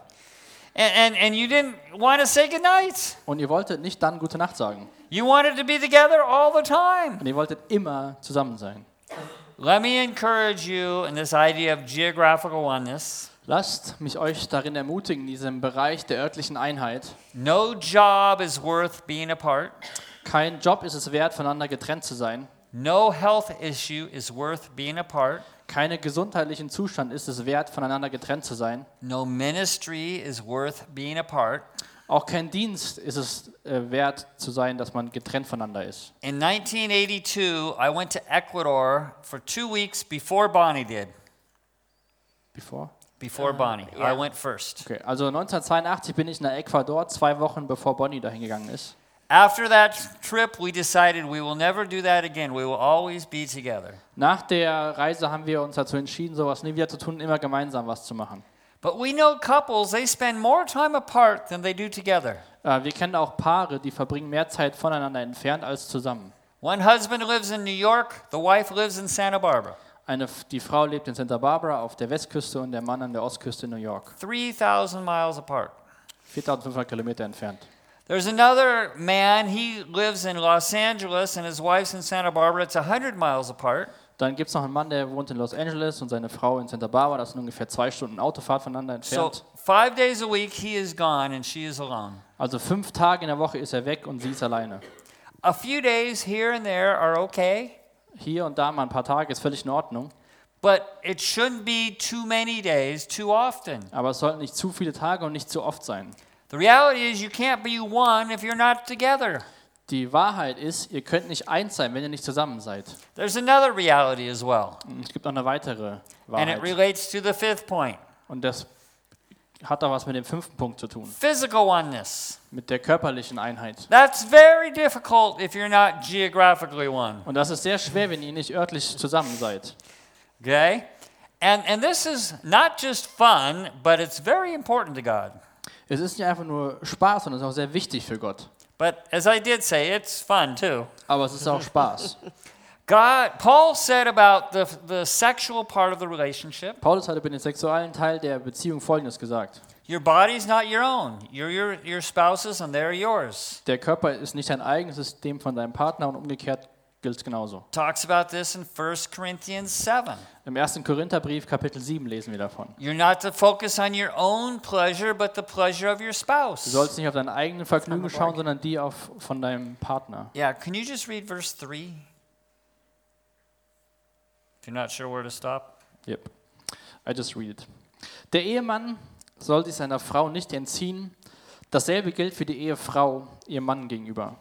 And, and, and you didn't want to say goodnight. Und ihr wolltet nicht dann gute Nacht sagen. You wanted to be together all the time. Und ihr wolltet immer zusammen sein. Let me encourage you in this idea of geographical oneness. Lasst mich euch darin ermutigen, in diesem Bereich der örtlichen Einheit. No job is worth being apart. Kein Job ist es wert, voneinander getrennt zu sein. No health issue is worth being apart. Keinen gesundheitlichen Zustand ist es wert, voneinander getrennt zu sein. No ministry is worth being apart. Auch kein Dienst ist es äh, wert zu sein, dass man getrennt voneinander ist. In 1982, I went to Ecuador for two weeks before Bonnie did. Before? Before Bonnie, yeah. I went first. Okay, also 1982 bin ich nach Ecuador, zwei Wochen bevor Bonnie dahin gegangen ist. After that trip, we decided we will never do that again. We will always be together. Nach der Reise haben wir uns dazu entschieden, sowas nie wieder zu tun, immer gemeinsam was zu machen. But we know couples, they spend more time apart than they do together. Äh, wir kennen auch Paare, die verbringen mehr Zeit voneinander entfernt als zusammen. One husband lives in New York, the wife lives in Santa Barbara. Eine, F- die Frau lebt in Santa Barbara auf der Westküste und der Mann an der Ostküste in New York. 3,000 miles apart. 4500 Kilometer entfernt. There's another man, he lives in Los Angeles and his wife's in Santa Barbara. It's 100 miles apart. Dann gibt es noch einen Mann, der wohnt in Los Angeles und seine Frau in Santa Barbara. Das sind ungefähr zwei Stunden Autofahrt voneinander So, entfernt. five days a week, he is gone and she is alone. Also fünf Tage in der Woche ist er weg und sie ist alleine. A few days here and there are okay, Hier und da mal ein paar Tage ist völlig in Ordnung. but it shouldn't be too many days too often. Aber es sollten nicht zu viele Tage und nicht zu oft sein. The reality is, you can't be one if you're not together. Die Wahrheit ist, ihr könnt nicht eins sein, wenn ihr nicht zusammen seid. There's another reality as well, Und Es gibt noch eine weitere and it Wahrheit. relates to the fifth point. Und das hat da was mit dem fünften Punkt zu tun, Physical oneness. mit der körperlichen Einheit. That's very difficult if you're not geographically one. Und das ist sehr schwer, wenn ihr nicht örtlich zusammen seid. Okay? And, and this is not just fun, but it's very important to God. Es ist nicht einfach nur Spaß, sondern es ist auch sehr wichtig für Gott. But as I did say, it's fun too. Aber es ist auch Spaß. God, Paul said about the, the sexual part of the relationship Paulus hat über den sexuellen Teil der Beziehung Folgendes gesagt. your body's not your own. You're your, your spouse's, and they're yours. Der Körper ist nicht dein eigenes System von deinem Partner und umgekehrt gilt es genauso. Talks about this in 1 Corinthians 7. Im 1. Korintherbrief Kapitel 7 lesen wir davon. You're not to focus on your own pleasure, but the pleasure of your Du spouse. sollst nicht auf deine eigenen Vergnügen schauen, sondern die auf, von deinem Partner. Yeah, can you just read verse 3? If you're not sure where to stop. Yep. I just read it. Der Ehemann soll sich seiner Frau nicht entziehen. Dasselbe gilt für die Ehefrau ihrem Mann gegenüber.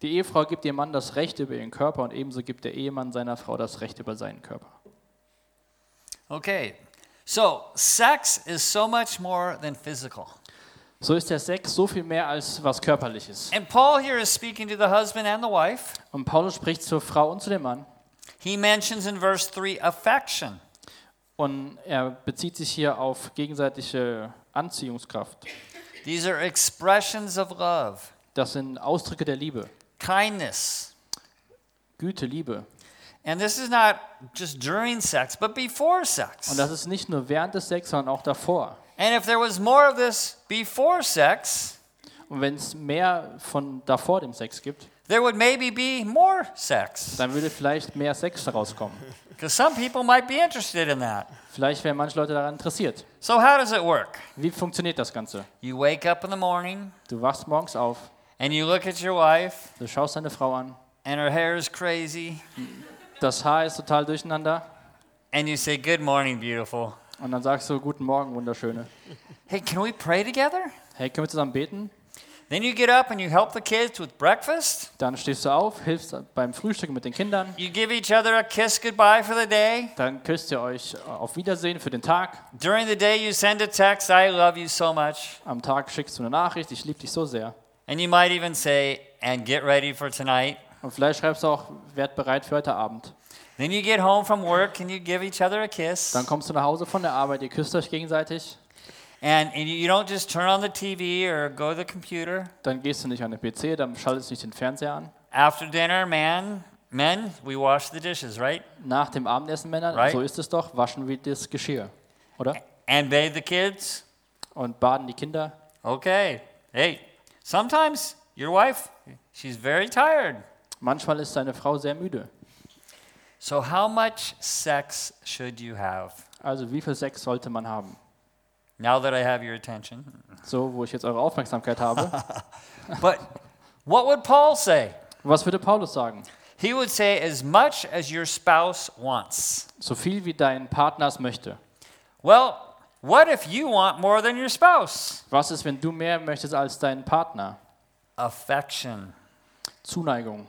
Die Ehefrau gibt ihrem Mann das Recht über ihren Körper und ebenso gibt der Ehemann seiner Frau das Recht über seinen Körper. Okay, so sex is so much more than physical. So ist der Sex so viel mehr als was körperliches. And Paul here is speaking to the husband and the wife. Und Paulus spricht zur Frau und zu dem Mann He mentions in verse 3 affection. und er bezieht sich hier auf gegenseitige Anziehungskraft. These are expressions of love, Das sind Ausdrücke der Liebe, kindness. Güte, Liebe. And this is not just during sex, but before sex. Und das ist nicht nur während des Sex, sondern auch davor. And if there was more of this before sex, Und wenn es mehr von davor dem Sex gibt, there would maybe be more sex. dann würde vielleicht mehr Sex daraus kommen. Because some people might be interested in that. Vielleicht wären manche Leute daran interessiert. So, how does it work? Wie funktioniert das Ganze? You wake up in the morning Du wachst morgens auf, and you look at your wife, du schaust deine Frau an, and her hair is crazy, das Haar ist total durcheinander and you say, Good morning, beautiful. und dann sagst du, guten Morgen, Wunderschöne. Hey, can we pray together? Hey, können wir zusammen beten? Then you get up and you help the kids with breakfast. Dann stehst du auf, hilfst beim Frühstück mit den Kindern, You give each other a kiss goodbye for the day. dann küsst ihr euch auf Wiedersehen für den Tag. During the day, you send a text, I love you so much. Am Tag schickst du eine Nachricht, ich liebe dich so sehr. And you might even say, and get ready for tonight. Und vielleicht schreibst du auch, werd bereit für heute Abend. Then you get home from work and you give each other a kiss. Dann kommst du nach Hause von der Arbeit, ihr küsst euch gegenseitig. And, and you don't just turn on the TV or go to the computer. Dann gehst du nicht an den PC, dann schaltest du nicht den Fernseher an. After dinner, man, men, we wash the dishes, right? Nach dem Abendessen, Männer, Right. so ist es doch, waschen wir das Geschirr, oder? And bathe the kids. Und baden die Kinder. Okay. Hey, sometimes your wife, she's very tired. Manchmal ist deine Frau sehr müde. So, how much sex should you have? Also wie viel Sex sollte man haben? Now that I have your attention. So, wo ich jetzt eure Aufmerksamkeit habe. But what would Paul say? Was würde Paulus sagen? He would say, as much as your spouse wants. So viel wie dein Partner es möchte. Well, what if you want more than your spouse? Was ist, wenn du mehr möchtest als dein Partner? Affection. Zuneigung.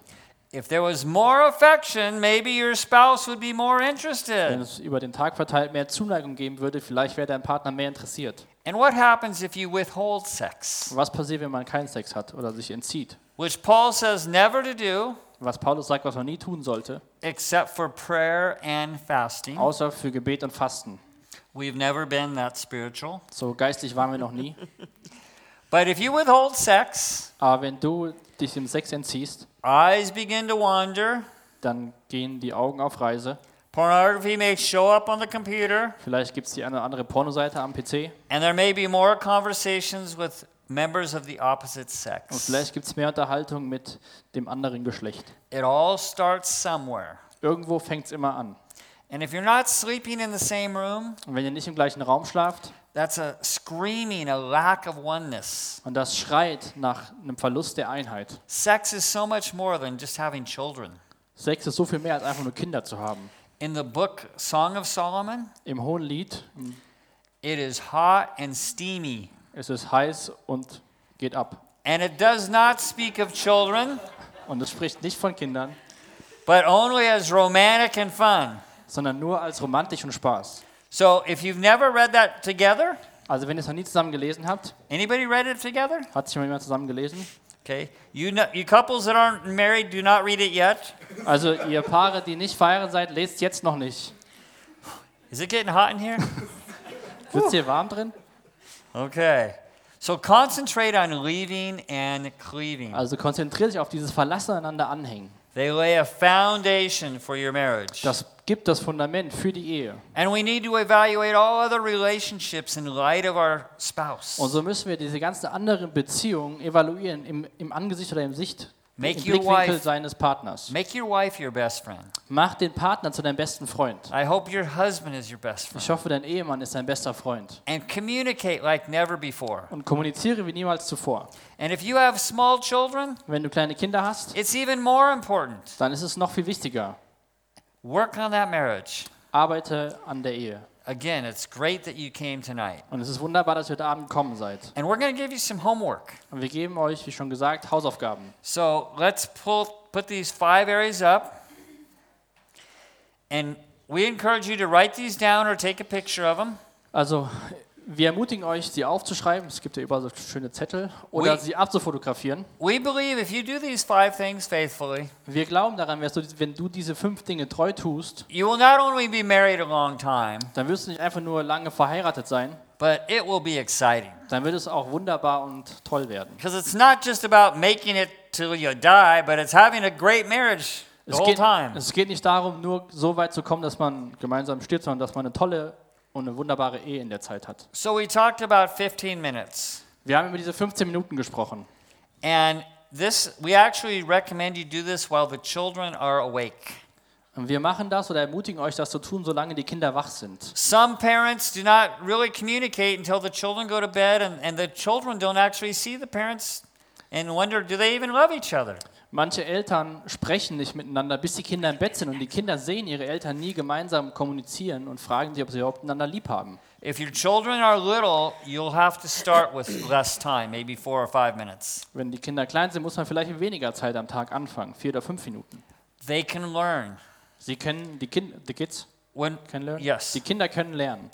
If there was more affection, maybe your spouse would be more Wenn interested. es über den Tag verteilt mehr Zuneigung geben würde, vielleicht wäre dein Partner mehr interessiert. And what happens if you withhold sex? Was passiert, wenn man keinen Sex hat oder sich entzieht? Which Paul says never to do, Was Paulus sagt, was man nie tun sollte, except for prayer and fasting. außer für Gebet und Fasten. We've never been that spiritual. So geistig waren wir noch nie. But if you withhold sex, Aber wenn du dich dem Sex entziehst, eyes begin to wander, dann gehen die Augen auf Reise. pornography may show up on the computer, Vielleicht gibt es die eine oder andere Pornoseite am PC. and there may be more conversations with members of the opposite Und sex. vielleicht gibt es mehr Unterhaltung mit dem anderen Geschlecht. It all starts somewhere. Irgendwo fängt es immer an. And if you're not sleeping in the same room, Und wenn ihr nicht im gleichen Raum schlaft That's a screaming, a lack of oneness. und das schreit nach einem Verlust der Einheit. Sex is so much more than just having children. Sex ist so viel mehr als einfach nur Kinder zu haben. In the book Song of Solomon, Im Hohen Lied it is hot and steamy, ist es heiß und geht ab. and it does not speak of children, Und es spricht nicht von Kindern, but only as romantic and fun. sondern nur als romantisch und Spaß. So if you've never read that together, Also wenn ihr es noch nie zusammen gelesen habt, anybody read it together? hat es schon mal jemand zusammen gelesen? Okay. You know, you couples that aren't married do not read it yet. Also ihr Paare, die nicht verheiratet seid, lest jetzt noch nicht. Is it getting hot in here? Sitzt ihr warm drin? Okay. So concentrate on leaving and cleaving. Also konzentriert euch auf dieses Verlassen einander anhängen. They lay a foundation for your marriage. Das gibt das Fundament für die Ehe. And we need to evaluate all other relationships in light of our spouse. Und so müssen wir diese ganzen anderen Beziehungen evaluieren im, im Angesicht oder im Sicht. Make Im your Blickwinkel wife- seines Partners. Make your wife your best friend. Mach den Partner zu deinem besten Freund. I hope your husband is your best friend. Ich hoffe, dein Ehemann ist dein bester Freund. And communicate like never before. Und kommuniziere wie niemals zuvor. And if you have small children, Wenn du kleine Kinder hast, it's even more important. dann ist es noch viel wichtiger. Work on that marriage. Arbeite an der Ehe. Again, it's great that you came tonight. Und es ist wunderbar, dass ihr heute Abend gekommen seid. And we're going to give you some homework. Und wir geben euch, wie schon gesagt, Hausaufgaben. So let's pull, put these five areas up. And we encourage you to write these down or take a picture of them. Also, wir ermutigen euch, sie aufzuschreiben. Es gibt ja überall so schöne Zettel. Oder Oui. sie abzufotografieren. We believe if you do these five things faithfully, Wir glauben daran, dass du- wenn du diese fünf Dinge treu tust, you will not only be married a long time, dann wirst du nicht einfach nur lange verheiratet sein, but it will be exciting. dann wird es auch wunderbar und toll werden. Because it's not just about making it till you die, but it's having a great marriage the Es whole geht, time. es geht nicht darum, nur so weit zu kommen, dass man gemeinsam stirbt, sondern dass man eine tolle und eine wunderbare Ehe in der Zeit hat. So we talked about 15 minutes. Wir haben über diese 15 Minuten gesprochen. And this, we actually recommend you do this while the children are awake. Und wir machen das oder ermutigen euch, das zu tun, solange die Kinder wach sind. Some parents do not really communicate until the children go to bed, and, and the children don't actually see the parents and wonder, do they even love each other? Manche Eltern sprechen nicht miteinander, bis die Kinder im Bett sind und die Kinder sehen ihre Eltern nie gemeinsam kommunizieren und fragen sich, ob sie überhaupt einander lieb haben. If your children are little, you'll have to start with less time, maybe four or five minutes. Wenn die Kinder klein sind, muss man vielleicht mit weniger Zeit am Tag anfangen, vier oder fünf Minuten. They can learn. Sie können die Kinder, die Kids When, können lernen. yes. Die Kinder können lernen.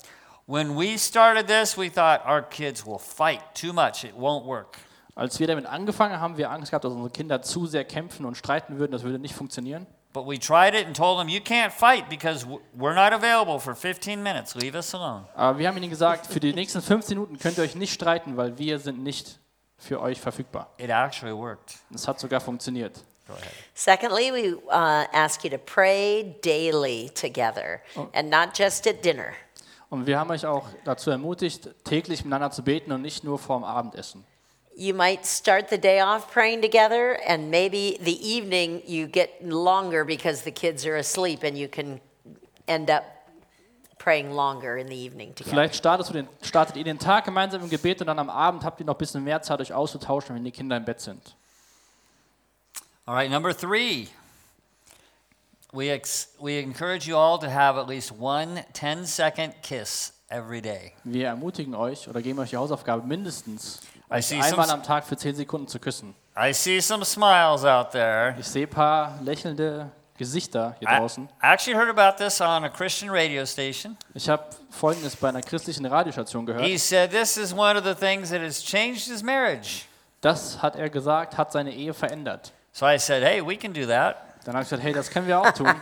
When we started this, we thought our kids will fight too much. It won't work. Als wir damit angefangen haben, haben wir Angst gehabt, dass unsere Kinder zu sehr kämpfen und streiten würden. Das würde nicht funktionieren. But we tried it and told them, you can't fight because w- we're not available for 15 minutes. Leave us alone. Aber wir haben ihnen gesagt, für die nächsten 15 Minuten könnt ihr euch nicht streiten, weil wir sind nicht für euch verfügbar. It actually worked. Und Es hat sogar funktioniert. Go ahead. Secondly, we uh, ask you to pray daily together and not just at dinner. Und wir haben euch auch dazu ermutigt, täglich miteinander zu beten und nicht nur vorm Abendessen. You might start the day off praying together, and maybe the evening you get longer because the kids are asleep, and you can end up praying longer in the evening together. Vielleicht startest du den, startet ihr den Tag gemeinsam im Gebet und dann am Abend habt ihr noch ein bisschen mehr Zeit, euch auszutauschen, wenn die Kinder im Bett sind. All right, number three. We, ex- we encourage you all to have at least one 10 second kiss every day. Wir ermutigen euch oder geben euch die Hausaufgabe, mindestens I see einmal some- am Tag für 10 Sekunden zu küssen. I see some smiles out there. Ich sehe ein paar lächelnde Gesichter hier I- draußen. I actually heard about this on a Christian radio station. Ich habe Folgendes bei einer christlichen Radiostation gehört. He said this is one of the things that has changed his marriage. Das hat er gesagt, hat seine Ehe verändert. So I said, hey, we can do that. Dann habe ich gesagt, hey, das können wir auch tun.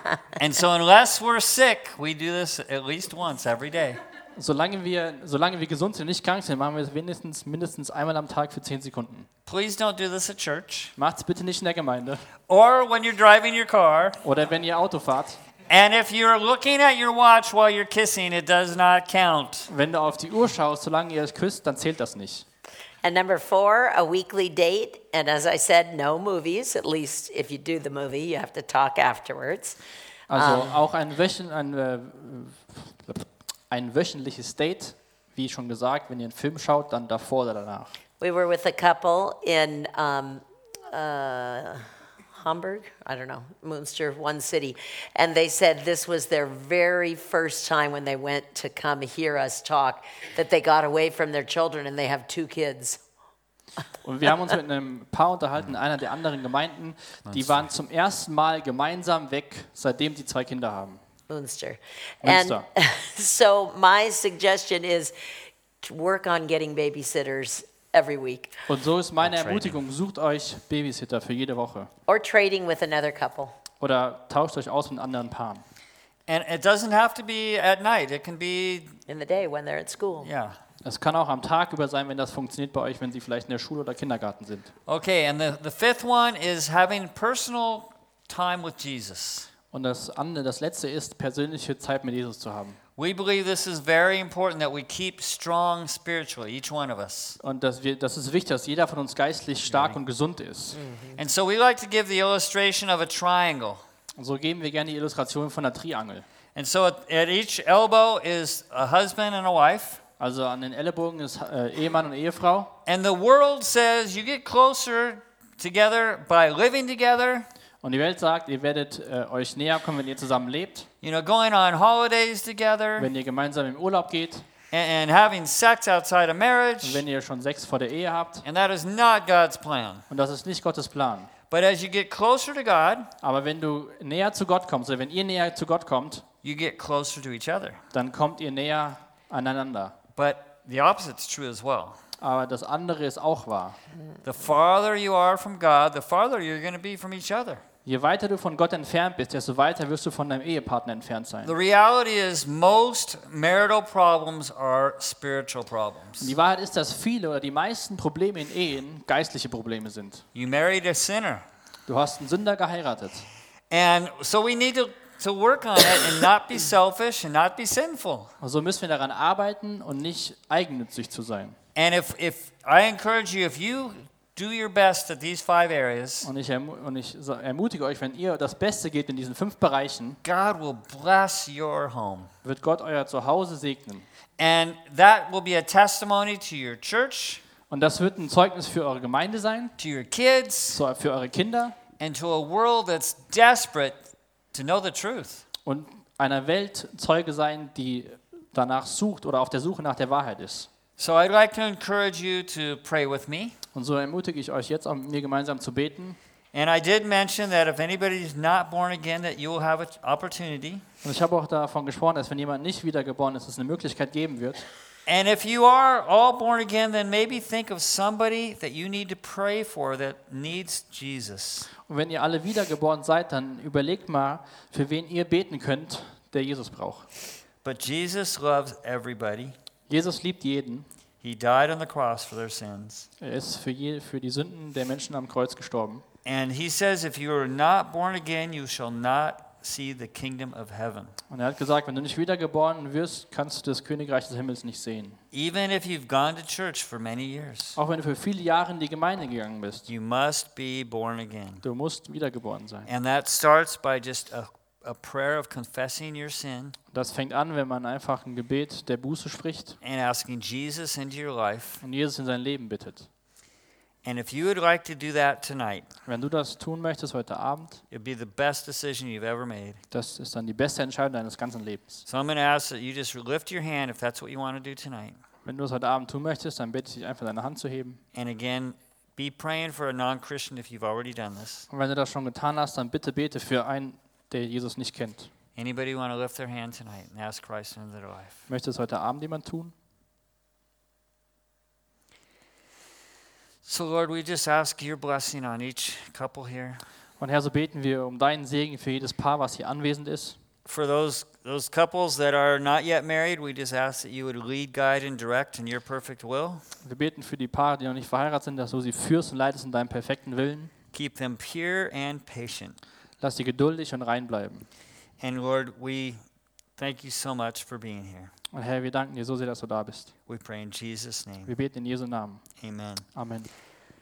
And so, unless we're sick, we do this at least once every day. Solange wir, solange wir gesund sind und nicht krank sind, machen wir es wenigstens mindestens einmal am Tag für 10 Sekunden. Please don't do this at church Macht's bitte nicht in der Gemeinde or when you're driving your car. oder wenn ihr Auto fahrt. And if you're looking at your watch while you're kissing, it does not count. Wenn du auf die Uhr schaust, solange ihr euch küsst, dann zählt das nicht. And number four, a weekly date. And as I said, no movies. At least if you do the movie, you have to talk afterwards. Also auch ein, wöchen, ein, äh, ein wöchentliches Date, wie schon gesagt, wenn ihr einen Film schaut, dann davor oder danach. We were with a couple in um, uh, Hamburg, I don't know, Munster, one city, and they said this was their very first time when they went to come hear us talk that they got away from their children and they have two kids. Und wir haben uns mit einem Paar unterhalten in einer der anderen Gemeinden, die waren zum ersten Mal gemeinsam weg, seitdem sie zwei Kinder haben. It Munster. Munster. And so my suggestion is to work on getting babysitters every week Und so ist meine Training. Ermutigung, sucht euch Babysitter für jede Woche or trading with another couple. oder tauscht euch aus mit anderen Paaren. And it doesn't have to be at night. It can be, in the day when they're at school. yeah. Es kann auch am Tag über sein, wenn das funktioniert bei euch, wenn sie vielleicht in der Schule oder Kindergarten sind. Okay, and the, the fifth one is having personal time with Jesus. Und das andere, das letzte ist, persönliche Zeit mit Jesus zu haben. We believe this is very important that we keep strong spiritually, each one of us. Und dass wir, das ist wichtig, dass jeder von uns geistlich stark und gesund ist. And so we like to give the illustration of a triangle. Und so geben wir gerne die Illustration von der Triangel. And so at, at each elbow is a husband and a wife. Also an den Ellenbogen ist äh, Ehemann und Ehefrau. And the world says you get closer together by living together, Und die Welt sagt, ihr werdet äh, euch näher kommen, wenn ihr zusammen lebt, you know, going on holidays together, and, wenn ihr gemeinsam im Urlaub geht, and having sex outside of marriage. wenn ihr schon Sex vor der Ehe habt. And that is not God's plan. Und das ist nicht Gottes Plan. But as you get closer to God, Aber wenn du näher zu Gott kommst, oder wenn ihr näher zu Gott kommt, you get closer to each other. dann kommt ihr näher aneinander. But the opposite's true as well. Aber das andere ist auch wahr. The farther you are from God, the farther you're going to be from each other. Je weiter du von Gott entfernt bist, desto weiter wirst du von deinem Ehepartner entfernt sein. The reality is, most marital problems are spiritual Und problems. Die Wahrheit ist, dass viele oder die meisten Probleme in Ehen geistliche Probleme sind. You married a sinner. Du hast einen Sünder geheiratet. And so we need to, to work on it and not be selfish and not be sinful. Und so müssen wir daran arbeiten und nicht eigennützig zu sein. And if, if I encourage you, if you do your best at these five areas, Und ich, ermu und ich so- ermutige euch, wenn ihr das Beste geht in diesen fünf Bereichen, God will bless your home. wird Gott euer Zuhause segnen. And that will be a testimony to your church, Und das wird ein Zeugnis für eure Gemeinde sein, to your kids, zu- für eure Kinder and to a world that's desperate to know the truth. und einer Welt Zeuge sein, die danach sucht oder auf der Suche nach der Wahrheit ist. So I'd like to encourage you to pray with me. Und so ermutige ich euch jetzt, auch mit mir gemeinsam zu beten. And I did mention that if anybody's not born again, that you will have an opportunity. Und ich habe auch davon gesprochen, dass wenn jemand nicht wiedergeboren ist, es eine Möglichkeit geben wird. And if you are all born again, then maybe think of somebody that you need to pray for that needs Jesus. Und wenn ihr alle wiedergeboren seid, dann überlegt mal, für wen ihr beten könnt, der Jesus braucht. But Jesus loves everybody. Jesus liebt jeden. He died on the cross for their sins. Er ist für, je, für die Sünden der Menschen am Kreuz gestorben. And he says, if you are not born again, you shall not see the kingdom of heaven. Und er hat gesagt, wenn du nicht wiedergeboren wirst, kannst du das Königreich des Himmels nicht sehen. Even if you've gone to church for many years, Auch wenn du für viele Jahre in die Gemeinde gegangen bist, you must be born again. du musst wiedergeboren sein. And that starts by just a, a prayer of confessing your sin Das fängt an, wenn man einfach ein Gebet der Buße spricht and asking Jesus into your life. und Jesus in sein Leben bittet. And if you would like to do that tonight, Wenn du das tun möchtest heute Abend, it'd be the best decision you've ever made. das ist dann die beste Entscheidung deines ganzen Lebens. So I'm going to ask that you just lift your hand if that's what you want to do tonight. Wenn du es heute Abend tun möchtest, dann bitte ich dich einfach, deine Hand zu heben. And again, be praying for a non Christian if you've already done this. Und wenn du das schon getan hast, dann bitte bete für einen, der Jesus nicht kennt. Anybody want to lift their hand tonight and ask Christ into their life? Möchte es heute Abend jemand tun? So, Lord, we just ask your blessing on each couple here. Und Herr, so beten wir um deinen Segen für jedes Paar, was hier anwesend ist. For those, those couples that are not yet married, we just ask that you would lead, guide, and direct in your perfect will. Wir beten für die Paare, die noch nicht verheiratet sind, dass du sie führst und leitest in deinem perfekten Willen. Keep them pure and patient. Lass sie geduldig und rein bleiben. And Lord, we thank you so much for being here. Und Herr, wir danken dir so sehr, dass du da bist. We pray in Jesus' name. Wir beten in Jesu Namen. Amen. Amen.